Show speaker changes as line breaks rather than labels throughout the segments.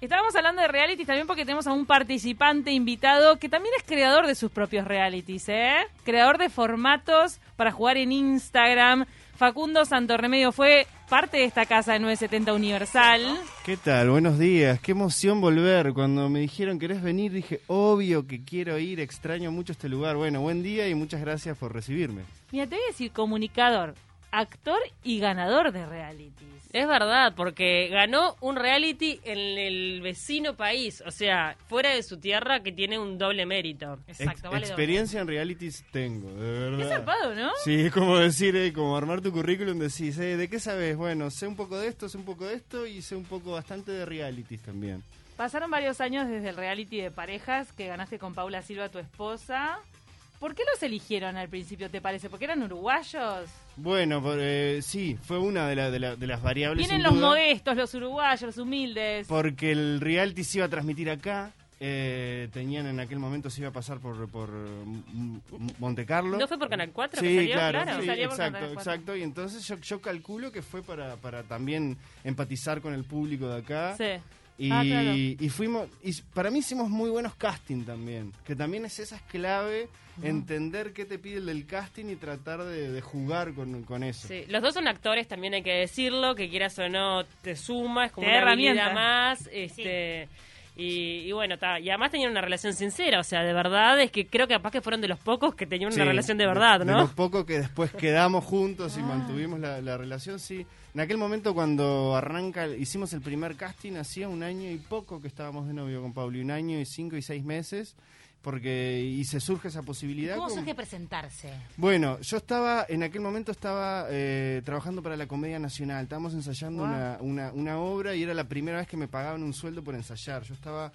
Estábamos hablando de realities también porque tenemos a un participante invitado que también es creador de sus propios realities, ¿eh? Creador de formatos para jugar en Instagram. Facundo Santorremedio fue parte de esta casa de 970 Universal.
¿Qué tal? Buenos días. Qué emoción volver. Cuando me dijeron querés venir, dije, obvio que quiero ir, extraño mucho este lugar. Bueno, buen día y muchas gracias por recibirme.
Mira, te voy a decir comunicador, actor y ganador de realities.
Es verdad, porque ganó un reality en el vecino país, o sea, fuera de su tierra, que tiene un doble mérito.
Ex- experiencia en realities tengo, de
Qué
verdad.
zarpado, ¿no?
Sí, es como decir, eh, como armar tu currículum, decís, eh, ¿de qué sabes? Bueno, sé un poco de esto, sé un poco de esto y sé un poco bastante de realities también.
Pasaron varios años desde el reality de parejas que ganaste con Paula Silva, tu esposa. ¿Por qué los eligieron al principio, te parece? ¿Porque eran uruguayos?
Bueno, por- eh, sí, fue una de, la- de la- de las variables.
Vienen
sin
los
duda,
modestos, los uruguayos, los humildes.
Porque el reality se iba a transmitir acá. eh, tenían en aquel momento se iba a pasar por, por mm, mm, Monte Carlo.
¿No fue por Canal 4
Sí,
que salió?
claro,
Salió
sí,
por
exacto,
Canal cuatro.
exacto. Y entonces yo, yo calculo que fue para, para también empatizar con el público de acá.
Sí.
Y,
Ah, claro.
y fuimos, y para mí hicimos muy buenos casting también, que también es esa es clave, entender qué te pide el del casting y tratar de, de jugar con, con eso.
Sí, Los dos son actores, también hay que decirlo, que quieras o no, te suma, es como
Te da
una herramienta
herramienta.
más. Este, y, y bueno, ta, y además tenían una relación sincera, o sea, de verdad, es que creo que capaz que fueron de los pocos que tenían
Sí,
una relación de verdad,
de
¿no?
lo poco que después quedamos juntos y mantuvimos la, la relación, sí. En aquel momento cuando arranca, hicimos el primer casting, hacía un año y poco que estábamos de novio con Pauli, un año y cinco y seis meses, porque y se surge esa posibilidad.
¿Cómo
con-
surge presentarse?
Bueno, yo estaba, en aquel momento estaba eh, trabajando para la Comedia Nacional, estábamos ensayando
Wow.
una, una- una obra y era la primera vez que me pagaban un sueldo por ensayar, yo estaba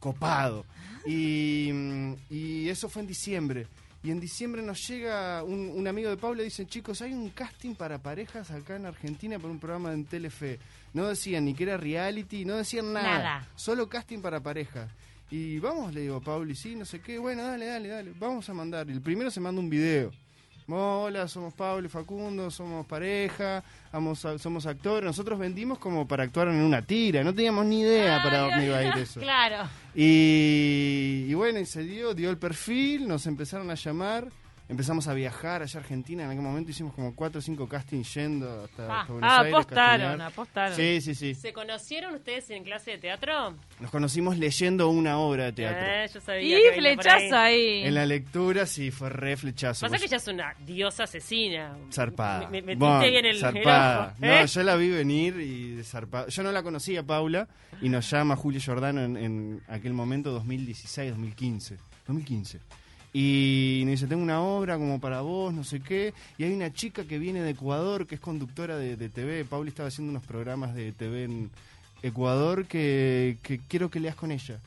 copado. Y, mm, y eso fue en diciembre. Y en diciembre nos llega un, un amigo de Pablo y dicen, chicos, hay un casting para parejas acá en Argentina por un programa en Telefe. No decían ni que era reality, no decían nada.
Nada.
Solo casting para parejas. Y vamos, le digo, Pauli, sí, no sé qué. Bueno, dale, dale, dale. Vamos a mandar. Y el primero se manda un video. Hola, somos Pablo y Facundo, somos pareja, amos- somos actores. Nosotros vendimos como para actuar en una tira. No teníamos ni idea para dónde iba a ir eso.
Claro.
Y, y bueno, y se dio, dio el perfil, nos empezaron a llamar, empezamos a viajar allá a Argentina. En aquel momento hicimos como cuatro o cinco castings yendo hasta,
Ah,
hasta Buenos
Ah,
Aires.
apostaron,
castigar.
apostaron.
Sí, sí, sí.
¿Se conocieron ustedes en clase de teatro?
Nos conocimos leyendo una obra de teatro.
Eh, yo sabía
Y
que venía por
flechazo
ahí.
ahí.
En la lectura sí fue re flechazo.
Pasa que
pues,
ella es una diosa asesina.
Zarpada.
Me, me- metiste
Bueno,
bien el, el
zarpada.
ojo, ¿eh?
No, yo la vi venir y zarpada. Yo no la conocía, Paula, y nos llama Julio Giordano en, en aquel momento, 2016, 2015. 2015. Y me dice, tengo una obra como para vos, no sé qué. Y hay una chica que viene de Ecuador, que es conductora de, de TV. Paula estaba haciendo unos programas de TV en Ecuador que, que quiero que leas con ella.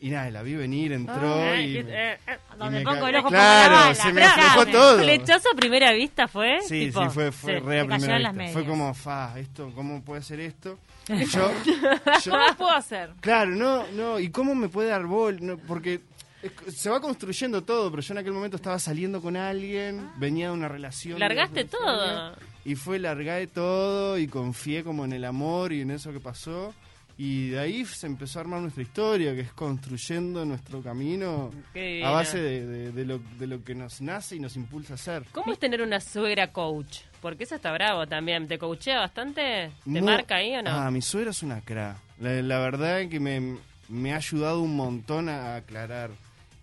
Y nada, la vi venir, entró
Eh,
y...
eh,
me-
eh, eh.
y
Donde
me
pongo
ca-
el ojo,
Claro,
pongo la bala.
se me
Pará.
aflojó todo.
¿Flechazo a primera vista fue?
Sí,
Tipo,
sí, fue, fue
sí.
re a primera
te cayeron las
vista. Fue
medias.
como, fa, esto, ¿cómo puede ser esto? Yo, yo-
¿Cómo puedo hacer?
claro, no, no, ¿y cómo me puede dar bol? No, porque es- se va construyendo todo, pero yo en aquel momento estaba saliendo con alguien, venía de una relación.
Largaste
de-
todo.
Y fue largué todo y confié como en el amor y en eso que pasó. Y de ahí se empezó a armar nuestra historia, que es construyendo nuestro camino
Qué divino.
a base de, de- de lo, de lo que nos nace y nos impulsa a ser.
¿Cómo es tener una suegra coach? Porque eso está bravo también. ¿Te coachea bastante? ¿Te
No.
marca ahí o no?
Ah, mi suegra es una cra. La, la verdad es que me, me ha ayudado un montón a aclarar.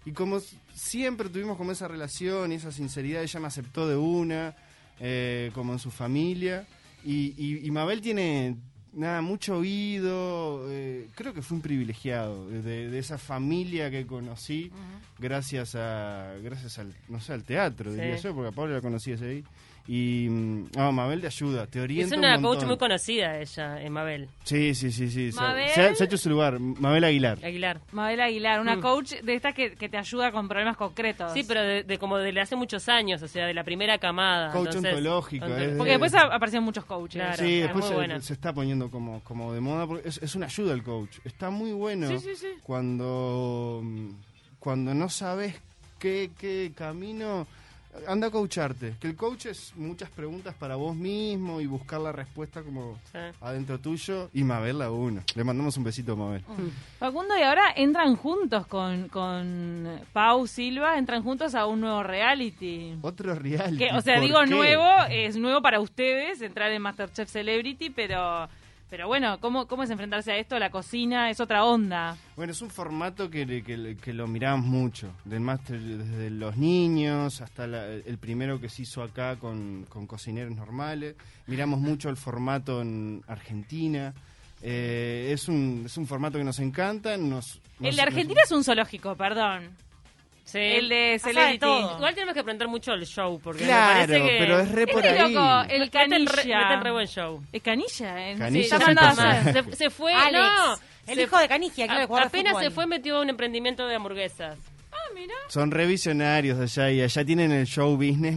Y como s- siempre tuvimos como esa relación y esa sinceridad, ella me aceptó de una, eh, como en su familia. Y, y- y Mabel tiene, nada, mucho oído. eh, creo que fue un privilegiado de, de esa familia que conocí gracias a gracias al, no sé, al teatro,
Sí.
diría yo, porque a Pablo la conocí desde ahí. Y mm, ah, Mabel te ayuda, te
es
orienta. un
una coach
montón.
muy conocida ella, eh, Mabel
Sí, sí, sí, sí. se-
Mabel.
Se, ha, se ha hecho su lugar. Mabel Aguilar.
Aguilar.
Mabel Aguilar, una
Mm.
coach de estas que, que te ayuda con problemas concretos.
Sí, pero de, de como de hace muchos años, o sea, de la primera camada.
Coach
Entonces,
ontológico, eh.
ontol-
es de-
Porque después a- aparecieron muchos coaches.
Claro.
sí,
es
después
muy
se,
buena.
se está poniendo como, como de moda. Porque es, es una ayuda el coach. Está muy bueno
Sí, sí, sí.
cuando cuando no sabes qué, qué camino anda a coacharte. Que el coach es muchas preguntas para vos mismo y buscar la respuesta como
Sí.
adentro tuyo. Y Mabel la uno. Le mandamos un besito a Mabel.
Mm. Facundo y ahora entran juntos con, con Pau Silva, entran juntos a un nuevo reality.
Otro reality.
Que, o sea,
¿por
digo
qué?
nuevo, es nuevo para ustedes entrar en Masterchef Celebrity, pero pero bueno, ¿cómo, cómo es enfrentarse a esto? La cocina es otra onda.
Bueno, es un formato que, le- que le- que lo miramos mucho. Del máster, desde los niños hasta la- el primero que se hizo acá con, con cocineros normales. Miramos mucho el formato en Argentina. Eh, es, un, es un formato que nos encanta. Nos,
el
nos-
de Argentina es un zoológico, perdón.
Sí.
El de
Eh, Pasa de
Celebrity.
todo.
Igual tenemos que aprender mucho el show, porque me
Claro,
parece que...
pero es re por
Este
ahí.
loco, el
Meten re,
canilla.
meten re buen show.
Es canilla, ¿eh?
Canilla
Sí,
es
ya
un
mandaba a
personaje.
hacer.
Se, se fue,
Alex,
no.
el
se-
hijo de Canigia, claro,
a-
que jugaba al
apenas se
fútbol.
fue metió a un emprendimiento de hamburguesas.
Ah, mira.
Son revisionarios allá y allá tienen el show business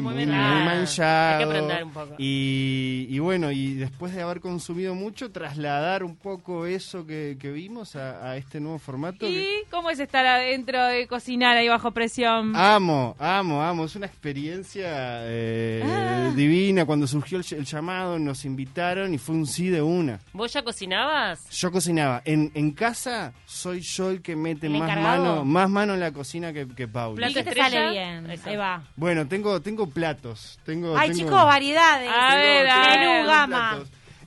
Muy
muy, muy,
bien.
Ah,
manchado.
hay que aprender un poco.
Y, y bueno, y después de haber consumido mucho, trasladar un poco eso que, que vimos a, a este nuevo formato. que-
¿Y cómo es estar adentro de cocinar ahí bajo presión?
Ah. Amo, amo, amo. Es una experiencia eh, divina. Cuando surgió el, ll- el llamado, nos invitaron y fue un sí de una.
¿Vos ya cocinabas?
Yo cocinaba. En, en casa soy yo el que mete
¿El
más
encargado?
mano, más mano en la cocina que, que Paula.
¿Y
Plato
qué te
estrella?
sale bien?
Eso.
Ahí va.
Bueno, tengo, tengo platos. Tengo,
Ay,
tengo-
chicos, variedades.
A ver, a
Menú,
ver,
gama.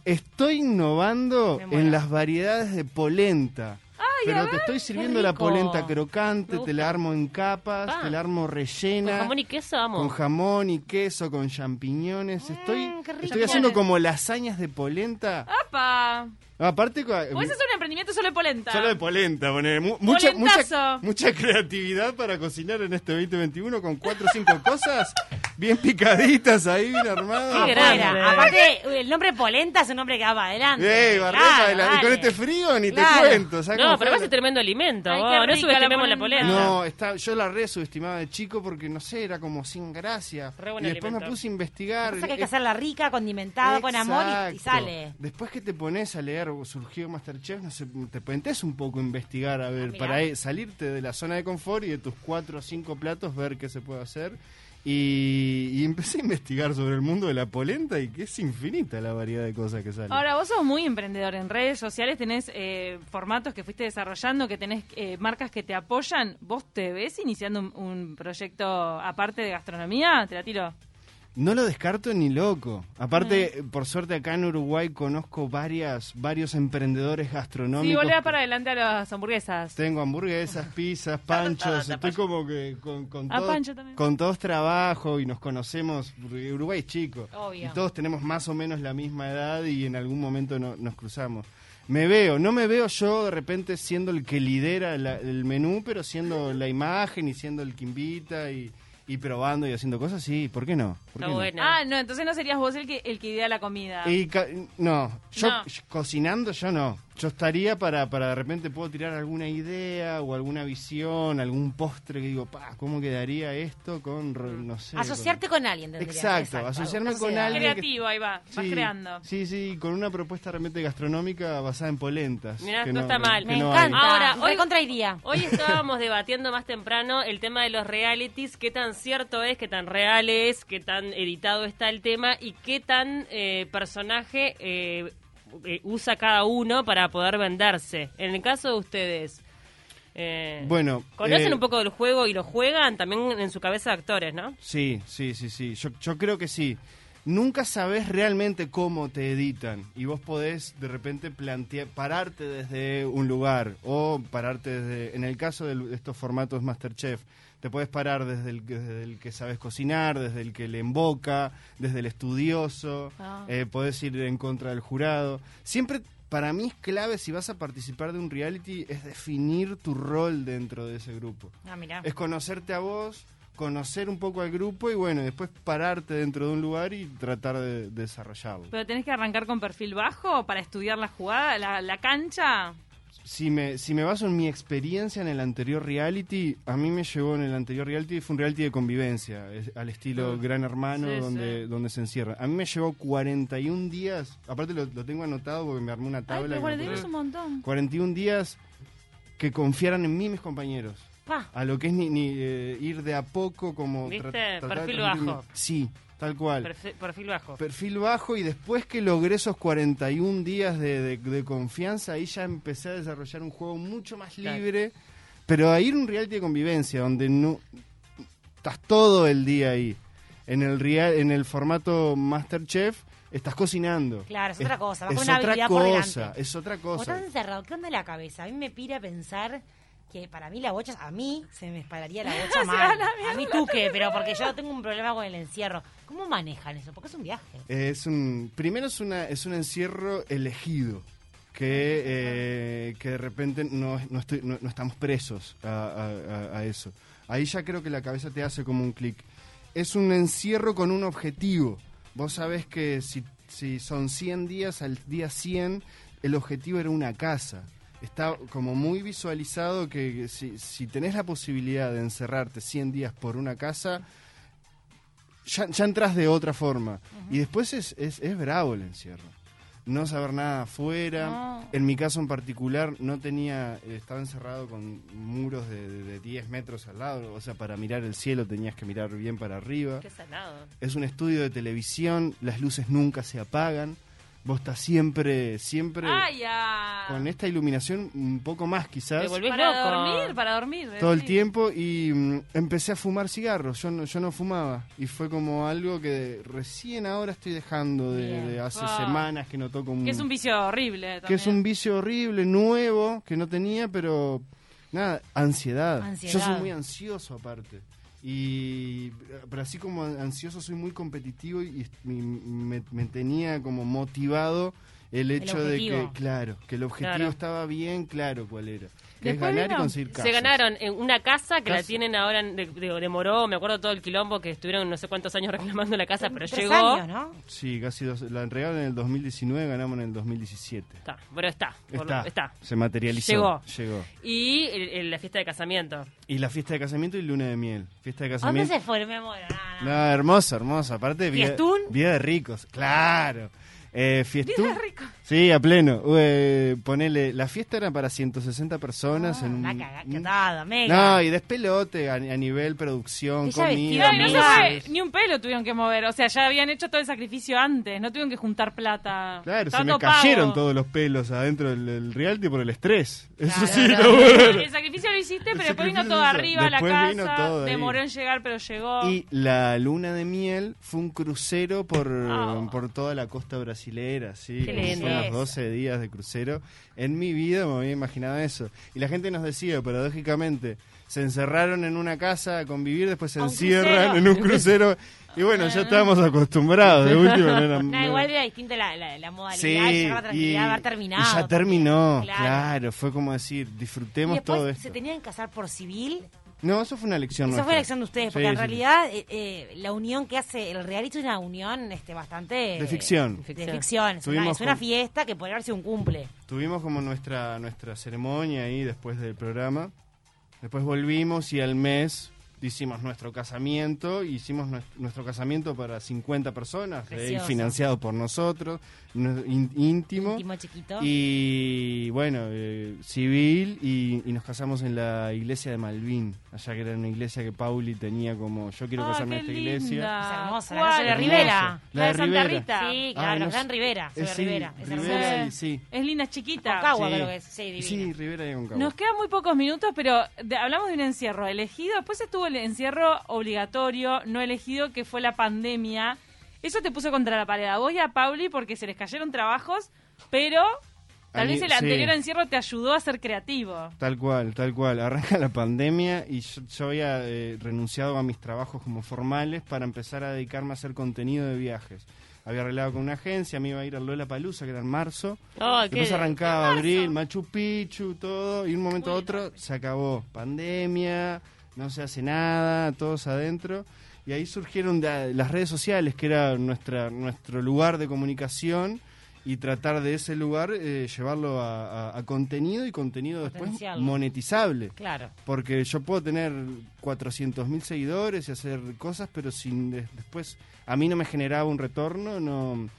Estoy innovando
Me muero.
en las variedades de polenta. pero te estoy sirviendo la
rico.
polenta
Me
crocante,
gusta.
te la armo en capas,
Pa.
te la armo rellena.
Con jamón y queso, vamos.
con jamón y queso, con champiñones. Estoy,
qué rico.
estoy haciendo como lasañas de polenta.
¡Apa!
Aparte, co-
Ah. Pues es un emprendimiento solo de polenta.
Eh, solo de polenta. poner mu- mucha, mucha,
Polentazo.
mucha creatividad para cocinar en este 2021 con cuatro o cinco cosas bien picaditas ahí, bien armadas.
Qué
Afuera.
grande.
Aparte, el nombre Polenta es un nombre que va para adelante.
Ey, barré
Claro,
para adelante. Y con
dale.
este frío ni
Claro.
te cuento. ¿sabes
No,
cómo
pero
fue
ese
la-
tremendo alimento.
Ay,
vos.
qué
no
rica la
subestimemos la
polenta.
polenta.
No, está, yo la re subestimaba de chico porque, no sé, era como sin gracia.
Re
Y
buen
después me
alimento.
puse a investigar.
Pasa que hay que
Es-
hacerla rica, condimentada, con amor y- y,
Exacto.
sale.
Después que te pones a leer, o surgió Masterchef, no sé, te pones un poco a investigar, a ver,
Ah, mirá.
para eh, salirte de la zona de confort y de tus cuatro o cinco platos, ver qué se puede hacer. Y, y empecé a investigar sobre el mundo de la polenta y que es infinita la variedad de cosas que salen.
Ahora, vos sos muy emprendedor en redes sociales, tenés eh, formatos que fuiste desarrollando, que tenés eh, marcas que te apoyan. ¿Vos te ves iniciando un, un proyecto aparte de gastronomía? Te la tiro.
No lo descarto ni loco. Aparte,
Mm.
por suerte acá en Uruguay conozco varias, varios emprendedores
Si
gastronómicos.
volvés para adelante a las hamburguesas.
Tengo hamburguesas, pizzas, panchos. Estoy como que con, con,
Ah,
todo-
pancho también.
con todos trabajo y nos conocemos. porque Uruguay es chico.
Obvio.
Y todos tenemos más o menos la misma edad y en algún momento no- nos cruzamos. Me veo, no me veo yo de repente siendo el que lidera la- el menú, pero siendo la imagen y siendo el que invita y, y probando y haciendo cosas. Sí, ¿por qué no? ¿Por
Está
qué no?
bueno.
Ah, no, entonces no serías vos el que, el que idea la comida.
Y ca- no, yo
No.
yo cocinando yo no. Yo estaría para, para de repente puedo tirar alguna idea o alguna visión, algún postre que digo, pa, ¿cómo quedaría esto con, ro- no sé? con-
Asociarte con alguien, tendría.
Exacto, asociarme con
Sociedad.
alguien.
Creativo, ahí va, vas
Sí,
creando.
Sí, sí, con una propuesta realmente gastronómica basada en polentas.
Mirá,
que
no está mal.
que
Me
no hay.
encanta.
Ahora,
Ahora,
hoy-
hoy contrairía.
Hoy estábamos debatiendo más temprano el tema de los realities, qué tan cierto es, qué tan real es, qué tan editado está el tema y qué tan eh, personaje eh, eh, usa cada uno para poder venderse. En el caso de ustedes, eh,
Bueno,
conocen
eh,
un poco del juego y lo juegan también en su cabeza de actores, ¿no?
Sí, sí, sí, sí. Yo, yo creo que sí. Nunca sabes realmente cómo te editan y vos podés de repente plantear, pararte desde un lugar o pararte desde, en el caso del- de estos formatos Masterchef, te podés parar desde el, que- desde el que sabes cocinar, desde el que le emboca, desde el estudioso,
Ah.
eh, podés ir en contra del jurado. Siempre para mí es clave si vas a participar de un reality es definir tu rol dentro de ese grupo
Ah, mirá.
es conocerte a vos, conocer un poco al grupo y bueno, después pararte dentro de un lugar y tratar de desarrollarlo.
Pero tenés que arrancar con perfil bajo para estudiar la jugada, la, la cancha.
Si me, si me baso en mi experiencia en el anterior reality, a mí me llevó en el anterior reality, fue un reality de convivencia, es- al estilo Gran Hermano,
Ah, Sí,
donde, donde se encierra. A mí me llevó 41 días, aparte lo, lo tengo anotado porque me armé una tabla. que me
41
puse-
un montón.
41 días que confiaran en mí mis compañeros.
Pa.
a lo que es ni, ni, eh, ir de a poco como...
¿Viste?
tratar de
Perfil
transmitirme-
bajo.
Sí, tal cual.
Perfe- perfil bajo.
Perfil bajo y después que logré esos 41 días de, de- de confianza, ahí ya empecé a desarrollar un juego mucho más
Claro.
libre. Pero a ir a un reality de convivencia, donde no estás todo el día ahí. En el, real, en el formato Masterchef estás cocinando.
Claro, es otra cosa, va
Es
con una
otra
habilidad por
cosa,
delante.
es otra
O
cosa.
estás encerrado, ¿qué onda la cabeza? A mí me pira pensar que para mí la bocha, a mí se me espadaría la bocha mal. a mí tuque, pero porque yo tengo un problema con el encierro. ¿Cómo manejan eso? Porque es un viaje.
Es un, primero es, una, es un encierro elegido, que, eh, que de repente no, no, estoy- no- no estamos presos a, a- a- a eso. Ahí ya creo que la cabeza te hace como un clic. Es un encierro con un objetivo. Vos sabés que si, si son 100 días, al día 100 el objetivo era una casa. Está como muy visualizado que que si, si tenés la posibilidad de encerrarte 100 días por una casa, ya, ya entras de otra forma. Y después es, es, es bravo el encierro. No saber nada afuera. En mi caso en particular, no tenía. Estaba encerrado con muros de, de- de 10 metros al lado. O sea, para mirar el cielo tenías que mirar bien para arriba.
Qué salado.
Es un estudio de televisión. Las luces nunca se apagan. Vos estás siempre, siempre.
Ay, ah.
Con esta iluminación, un poco más quizás.
Te volvés
Para
loco.
dormir, para dormir.
todo el
sí.
tiempo y mm, empecé a fumar cigarros. Yo no, yo no fumaba y fue como algo que recién ahora estoy dejando de,
Bien.
de hace
Ah.
semanas que no toco un
Que es un vicio horrible. eh,
que es
también.
un vicio horrible nuevo que no tenía, pero nada ansiedad.
Ansiedad.
Yo soy muy ansioso aparte y pero así como ansioso soy muy competitivo y, y me, me tenía como motivado el hecho de que
objetivo.
claro que el objetivo
Claro.
estaba bien claro cuál era. Que es
Después
ganar y
vino-
conseguir
Se
casas.
ganaron en una casa que la
Casa.
tienen ahora, en- de, de- demoró, me acuerdo todo el quilombo que estuvieron no sé cuántos años reclamando la casa, pero
Tres
llegó.
años, ¿no?
Sí, casi dos, la entregaron en el 2019, ganamos en el 2017.
Está, pero está. por-
Está, Se materializó.
Llegó.
Llegó.
Y el- el- la fiesta de casamiento.
Y la fiesta de casamiento y luna de miel. Fiesta de
¿A dónde
casamiento.
se fue? Me muero. No, no.
No, hermosa, hermosa. Aparte, vida,
¿Fiestún?
vida de ricos, claro. Eh, fiestún. Sí, a pleno. Eh, ponele, la fiesta era para 160 personas. en un-
Una cagada, catada, mega.
no, y despelote a, a nivel producción,
Ella
comida.
vestida
Claro, y no se
Amigos.
fue, ni un pelo tuvieron que mover. O sea, ya habían hecho todo el sacrificio antes. No tuvieron que juntar plata.
Claro,
Estaba
se me
todo pago.
cayeron todos los pelos adentro del, del reality por el estrés. Eso
Claro,
sí,
claro.
lo bueno.
El sacrificio lo hiciste, pero
El
después vino
sacrificio
todo
se hizo.
arriba a la
Después vino
casa.
todo ahí.
Demoró en llegar, pero llegó.
Y la luna de miel fue un crucero por,
Ah.
por toda la costa brasilera, sí,
Qué
como
lindo.
son los
Eso.
12 días de crucero. En mi vida me había imaginado eso. Y la gente nos decía, paradójicamente, se encerraron en una casa a convivir, después se
A un
encierran
crucero.
en un crucero. Y bueno, ya estábamos acostumbrados, de última no era-
No, igual era distinta la, la, la modalidad.
Sí,
llegaba la
y,
tranquilidad de haber terminado.
y ya terminó,
Claro.
claro. fue como decir,
Y
disfrutemos
después
todo esto.
se tenían que casar por civil.
No, eso fue una elección
Esa
nuestra.
fue la elección de ustedes,
Sí,
porque en
sí, sí.
realidad eh, eh, la unión que hace el reality es una unión este, bastante... eh,
De ficción.
De ficción. Es una,
Tuvimos
es una
con-
fiesta que puede haberse un cumple.
Tuvimos como nuestra, nuestra ceremonia ahí después del programa. Después volvimos y al mes hicimos nuestro casamiento. Hicimos nues- nuestro casamiento para 50 personas, de ahí
Precioso.
financiado por nosotros, no- ín- íntimo.
Íntimo chiquito.
Y bueno, eh, civil y, y nos casamos en la iglesia de Malvin, allá que era una iglesia que Pauli tenía como yo quiero
Ah,
casarme en
qué
esta iglesia.
linda.
Es hermosa, la
¿Cuál?
casa de
Hermoso.
Rivera.
La de Santa
Rivera.
Rita.
Sí,
Ah,
claro,
no
gran
sé.
Rivera. Soy
Eh,
de
sí,
Rivera. Es hermosa.
Rivera y
Sí.
sí.
Es linda, es chiquita.
Aconcagua
Sí.
creo que es. Sí, divina.
Sí, Rivera y Aconcagua.
Nos quedan muy pocos minutos, pero de- hablamos de un encierro elegido. Después estuvo el encierro obligatorio, no elegido, que fue la pandemia. Eso te puso contra la pared a vos y a Pauli porque se les cayeron trabajos, pero tal
A mí-
vez el
sí.
anterior encierro te ayudó a ser creativo.
Tal cual, tal cual. Arranca la pandemia y yo, yo había eh, renunciado a mis trabajos como formales para empezar a dedicarme a hacer contenido de viajes. Había arreglado con una agencia, me iba a ir a Lola Palusa, que era en marzo.
Oh, qué-
Después arrancaba abril, Machu Picchu, todo. Y de un momento a otro se acabó. Pandemia, no se hace nada, todos adentro. Y ahí surgieron da- las redes sociales, que era nuestra, nuestro lugar de comunicación. Y tratar de ese lugar eh, llevarlo a, a- a contenido y contenido después
Potenciarlo.
monetizable.
Claro.
Porque yo puedo tener 400.000 seguidores y hacer cosas, pero sin después a mí no me generaba un retorno, no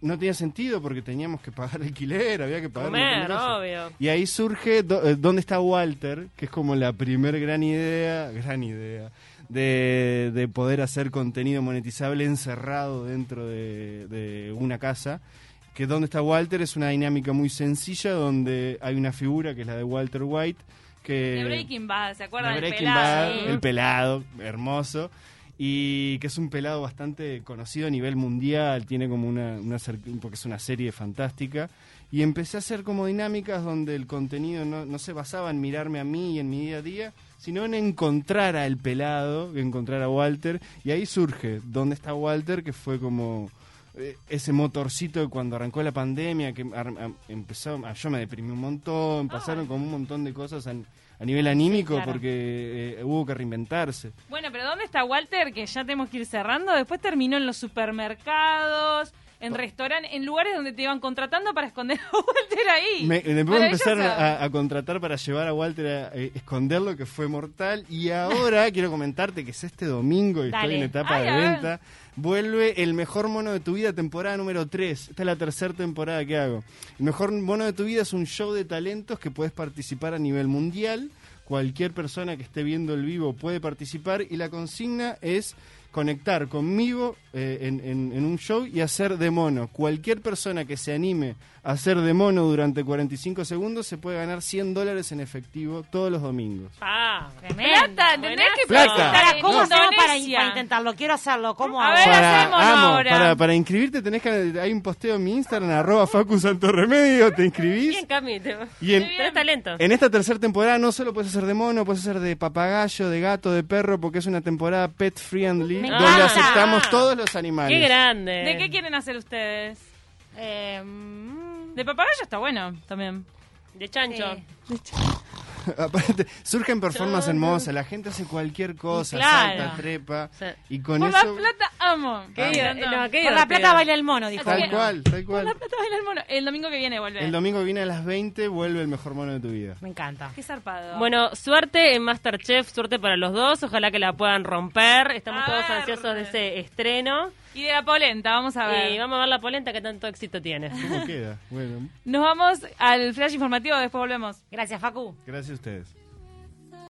no tenía sentido porque teníamos que pagar alquiler, había que pagar un montón de
Comer,
cosas.
obvio.
Y ahí surge do- eh, dónde está Walter, que es como la primer gran idea, gran idea, de, de poder hacer contenido monetizable encerrado dentro de, de una casa. Que dónde está Walter es una dinámica muy sencilla donde hay una figura que es la de Walter White que
De Breaking Bad, ¿se acuerdan?
de
del
Eh, Breaking
pelado?
Bad,
Sí.
el pelado, hermoso. Y que es un pelado bastante conocido a nivel mundial, tiene como una, una cer- porque es una serie fantástica. Y empecé a hacer como dinámicas donde el contenido no, no se basaba en mirarme a mí y en mi día a día, sino en encontrar al pelado, encontrar a Walter. Y ahí surge, ¿dónde está Walter? Que fue como eh, ese motorcito de cuando arrancó la pandemia, que ar- am- empezó, a- yo me deprimí un
Ah,
montón, pasaron como un montón de cosas an- a, nivel anímico
Sí, claro.
porque eh, hubo que reinventarse.
Bueno, pero ¿dónde está Walter? Que ya tenemos que ir cerrando. Después terminó en los supermercados, en
Ah.
restaurantes, en lugares donde te iban contratando para esconder a Walter ahí.
Me, después me
Maravilloso.
empezaron a, a contratar para llevar a Walter a eh, esconderlo, que fue mortal. Y ahora quiero comentarte que es este domingo y
Dale.
estoy en etapa
Ay,
de
a ver.
venta. Vuelve el mejor mono de tu vida, temporada número 3. Esta es la tercera temporada que hago. El mejor mono de tu vida es un show de talentos que puedes participar a nivel mundial. Cualquier persona que esté viendo el vivo puede participar y la consigna es conectar conmigo eh, en, en- en un show y hacer de mono. Cualquier persona que se anime a hacer de mono durante 45 segundos se puede ganar 100 dólares en efectivo todos los domingos.
Ah,
Tremendo.
Plata, ¿entendés que
Plata.
preguntar
Ahora,
en
¿Cómo hacemos para, para
Indonesia?
intentarlo? Quiero hacerlo. ¿Cómo
A
hago?
ver, hacemos ahora.
para, para inscribirte tenés que... Hay un posteo en mi Instagram, arroba Facu Santo Remedio, te inscribís.
bien, Cami. Te...
Y en,
Tenés talento.
En esta tercera temporada no solo puedes hacer de mono, puedes hacer de papagayo, de gato, de perro, porque es una temporada pet friendly,
Me
donde
encanta.
aceptamos todos los animales.
Qué grande.
¿De qué quieren hacer ustedes?
Eh, mm,
De papagayo está bueno también.
De chancho.
Sí.
Aparte, surgen performances hermosas, la gente hace cualquier cosa,
Claro.
salta, trepa,
Sí.
y con
Por
eso... Ah,
la plata amo.
Qué
Me
diver-
encantó.
no, qué
Por eh, la
divertido.
plata baila el mono, dijo.
Así
Tal
que-
cual, tal
Por la
cual.
plata baila el mono. El domingo que viene vuelve.
El domingo viene a las 20, vuelve el mejor mono de tu vida.
Me encanta.
Qué zarpado.
Bueno, suerte en Masterchef, suerte para los dos. Ojalá que la puedan romper. Estamos
A
todos
ver.
ansiosos de ese estreno.
Y de la polenta, vamos a ver.
Y vamos a ver la polenta que tanto éxito tiene.
¿Cómo queda? Bueno,
Nos vamos al flash informativo, después volvemos.
Gracias, Facu.
gracias a ustedes.